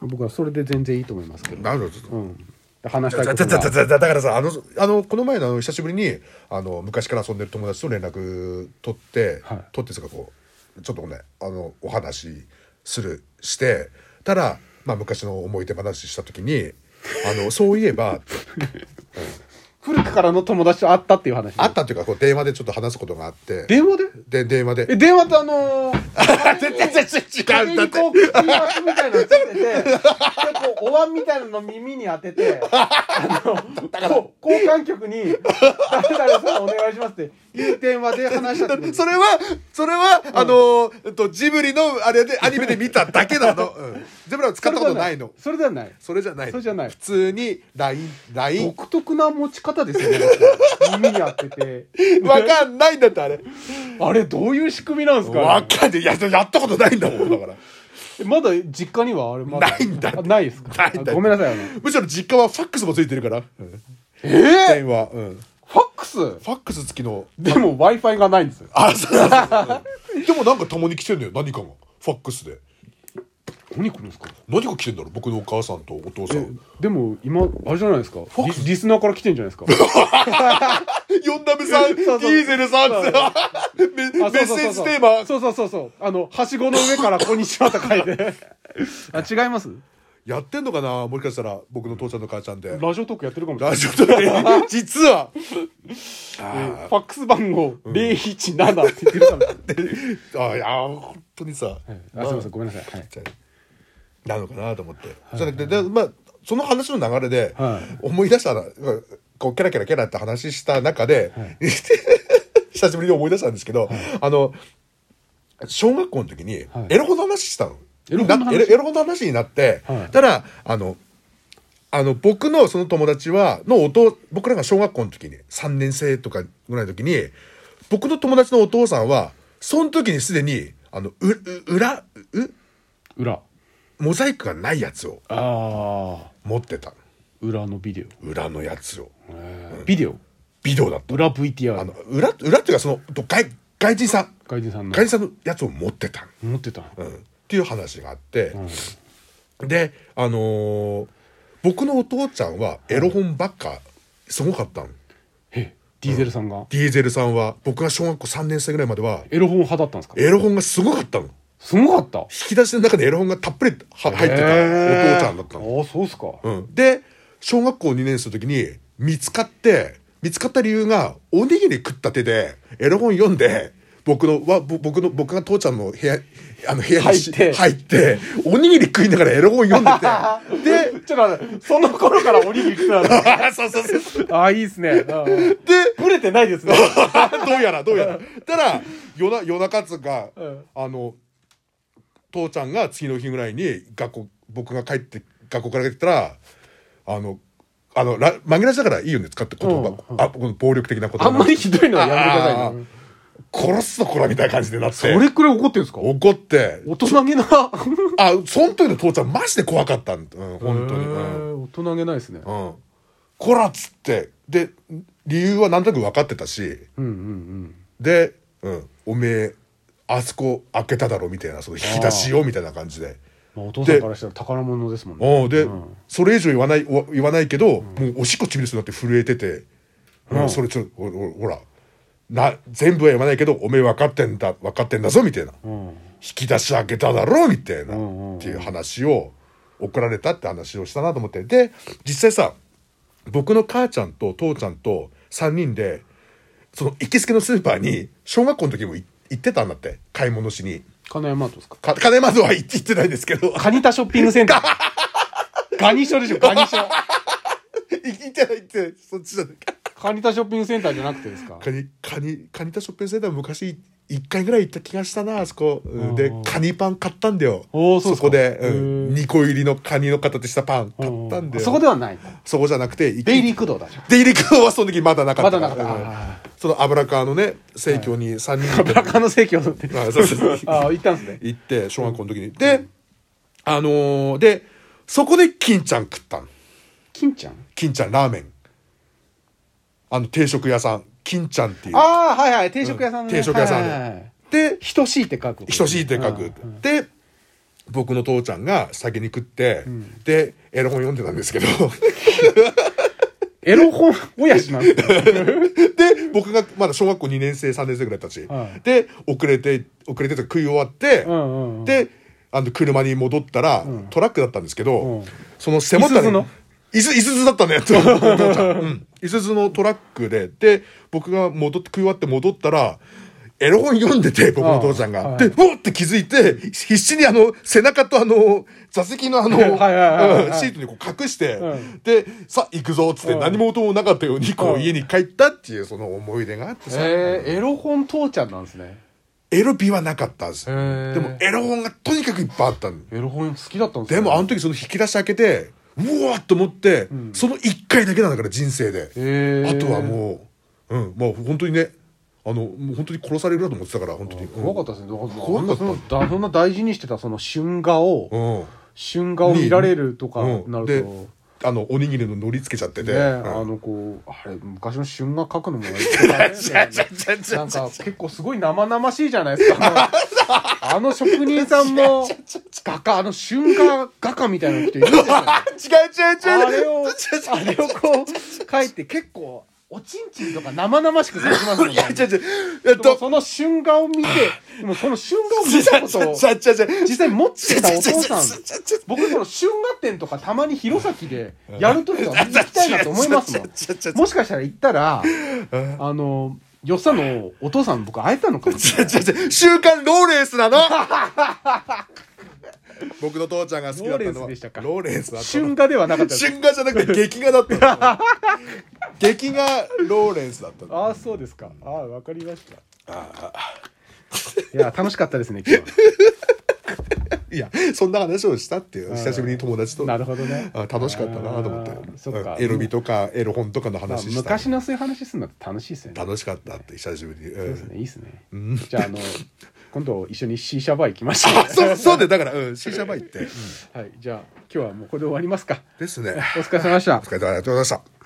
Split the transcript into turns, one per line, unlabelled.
僕はそれで全然いいと思いますけど、
なるほど
うん、話した
だ
いこ
だ
と
だだ
が
だだからさあのあのこの前のあの久しぶりにあの昔から遊んでる友達と連絡取って、
はい
取ってですかこうちょっとねあのお話するしてたら、まあ、昔の思い出話した時にあのそうい えば
古くからの友達と会ったっていう話
あったというかこう電話でちょっと話すことがあって
電話で
で電話
え
で
電話ってあのー、
全然違
壁
うんだっ
に
て
こう、切りますみたいなのつけてて、でこう、お椀みたいなのを耳に当てて、あの、こう交換局に、誰々さんお願いしますって、いう電話で話したってこと
それはそれは、あの、えっと、ジブリのあれでアニメで見ただけなの、うんジブリは使ったことないの。
それではない。
それじゃない
それじゃない
普通に LINE LINE
独特な持ち方ですよね。耳に当てて。
わかんないんだってあれ
あれ、どういう仕組みなんですか
わかんないいややったことないんだもんだから
まだ実家にはあれ、まだ。
ないんだ
あないですか
ないんだ
あごめんなさい、あの。
むしろ実家はファックスもついてるから、うん、
え
電話、うん、フ
ファックス
ァックス付きの
でも Wi-Fi がないんですよ。
あそうだ、うんでもなんかたまに来てんのよ何かがファックスで
何来るんですか
何が来てんだろう僕のお母さんとお父さん
でも今あれじゃないですか
ックス
リリスナーから来てんじゃないです か
四ダメさんデ
そうそう
ィーゼルさんってメメ
あそ
ッ
うそうそうそう
セージテーマ
そうそうそうそうあのはしごの上から「こんにちは」と書い てあ違います
やってんのかなもしかしたら僕の父ちゃんの母ちゃんで
ラジオトークやってるかもしれない
ラジオで 実は
えーファックス番号017って言ってるかもしれない
あいや本当にさ、
あすいませんごめんなさいはい
なのかなと思って、それででまあその話の流れで、
は
思い出したなこうキャラキャラキャラって話した中で、 久しぶりに思い出したんですけど、あの小学校の時に
はい
エロ本の話したの、
エロ本の話
なエロエロ本の話になって、
はい
ただあのあの僕のその友達はのお父僕らが小学校の時に3年生とかぐらいの時に僕の友達のお父さんはその時にすでにあのうう裏う
裏
モザイクがないやつを
ああ
持ってた
裏のビデオ
裏のやつを
ビデオ
ビデオだった
裏
あ
VTR
の裏裏っていうかそのど外外人さん
外人さんの
外人さんのやつを持ってた、
持ってた
うん、っていう話があって、であのー僕のお父ちゃんはエロ本ばっかすごかったの、
えディーゼルさんが
ディーゼルさんは僕が小学校3年生ぐらいまでは
エロ本派だったんですか
エロ本がすごかったの引
すごかった
き出しの中でエロ本がたっぷりは入ってたお
へー
父ちゃんだったの
ああそうっすか
うん、で小学校2年生の時に見つかって見つかった理由がおにぎり食った手でエロ本読んで僕のわぼ僕の僕が父ちゃんの部屋あの部屋にし
入って
入っておにぎり食いながらエロ本読んでてで
で、ちょっと待って、その頃からおにぎり食ってた
あそうそうそう
の。ああ、いいっす ね。うん
で
ぶれてない ですね。
どうやらどうやらたら夜な夜中っつうか、
うん
あの父ちゃんが次の日ぐらいに学校僕が帰って学校から帰ってきたらあのあのら紛らわしだからいいよね使って言葉、あこの暴力的な言葉
あんまりひどいのはやめてくださいね。
殺すとこらみたいな感じでなって
それくらい怒ってるんですか
怒って
大人げな。
あそん時の父ちゃんマジで怖かったんだ、うん、本当に、
へ
う
ー
ん
大人げないですね。
うん、こらっつってで理由はなんとなく分かってたし
うんうんうん。
で、うん、おめえあそこ開けただろみたいなその引き出しをみたいな感じで。
まあ、お父さんからしたら宝物ですもんね。
おうで、
うん
それ以上言わないお言わないけど、もうおしっこちびるそうになって震えてて、うんそれちょほほほらな全部は言わないけどおめえ分かってんだ分かってんだぞみたいな、
うん。
引き出し開けただろみたいな、
うんうんうん
っていう話を怒られたって話をしたなと思ってで実際さ僕の母ちゃんと父ちゃんと3人でその行きつけのスーパーに小学校の時もい行ってたんだって買い物しに
金山とですか
か金窓は行って行ってないですけど
カニタショッピングセンター。ガニショでしょ、ガニショ。
行ってないってそっちじゃない
カニタショッピングセンターじゃなくてですか
カニカニカニタショッピングセンター昔1回ぐらい行った気がしたなあそこうんで
うん
カニパン買ったんだよ
おーそうですか
こで、う
へー
ん、2個入りのカニの形したパン買
うん
ったんだよ
あそこではない。
そこじゃなくて行き
デイリー駆動だじ ゃん。
出入り口はその時まだなか
ま
った
だなかった
うん
あ
その油川のね生協に3人 で、
中野正教のって。
あそうそうそう
ああ、行ったんですね。
行って小学校の時に、であのーでそこで金ちゃん食ったの
金ちゃん
金ちゃんラーメンあの定食屋さん金ちゃんっていう
ああ、はいはい。定食屋さんね。
定食屋さ
は
んで
いはいはい
で
等しいって書く。
等しいって書く、
うん
で僕の父ちゃんが酒に食って、でエロ本読んでた んですけど
エロ本親父なんですか
で僕がまだ小学校2年生3年生ぐらいだったし、
はい
で遅れて遅れてとか食い終わって、
うんうんうん
であの車に戻ったら、トラックだったんですけど、
うん
その背もた
いす
れ
ゞの
いすいすゞだったね 父ちゃんうんいすゞのトラックでで僕が戻って食い終わって戻ったらエロ本読んでて僕の父ちゃんが、
うん
で
はい
ふっって気づいて必死にあの背中とあの座席のあ の
はいはいはいはい
うんシートにこう隠して、
うん
でさ行くぞっつって
うん
何も音もなかったようにこ
う
うん家に帰ったっていうその思い出があってさ、
えー、エロ本父ちゃんなんですね
エロビはなかったんです
へ
よ
ー
でもエロ本がとにかくいっぱいあったの
エロ本好きだったんです
でもあ
ん
の時その引き出し開けてうわーっと思って、その1回だけなんだから人生で、
へー
あとはもううんまあ本当にねあのもう本当に殺されるなと思ってたから本当に
怖かったですね怖
怖
か
か
っ
っ
そん
たた
なそんな大事にしてたその春画を
うん、うん
春画を見られるとか
うん
なる
で
と
あのおにぎりののりつけちゃってて、
ね、
うん
あのこうあれ昔の春画描くのもや りたいねなんか結構すごい生々しいじゃないですか あの あの職人さんも画家あの春画画家みたいな人 いるんですよね
あ違う違う違う
あれをあれをこう描いて結構おちんちんとか生々しく描きますもん
い
ね
や違う違うえ
で
っ
も
と
その瞬間を見てでもその瞬間を見たことを
違う違う違う違う
実際持ってたお父さん
違う違う違う
僕その春画展とかたまに弘前でやるときは見に行きたいなと思います もんもしかしたら行ったらあのよっさんのお父さん僕会えたのかもしれない
違う違う週刊ローレンスなの僕の父ちゃんが好きだったの
ローレン
は
スでしたか
ローレンスだったの
春画ではなかったです
春画じゃなくて劇画だったの劇画ローレンスだったの
ああそうですかああわかりましたいや楽しかったですね今日
いやそんな話をしたっていう
はい
久しぶりに友達と
はなるほどね
あ楽しかったなと思って
あーそっか
うんエロビとかエロ本とかの
まあ
話した
昔のそういう話するのって楽しいですよね
楽しかったって久しぶりに
そう
う
です
ん
ねいいですねじゃああの今度一緒にシーシャバー行きましょう
あそうそうでだからうんシーシャバ行ってうん
はい、じゃあ今日はもうこれで終わりますか。
ですね
お疲れ様でした
お。疲れ様ありがとうございました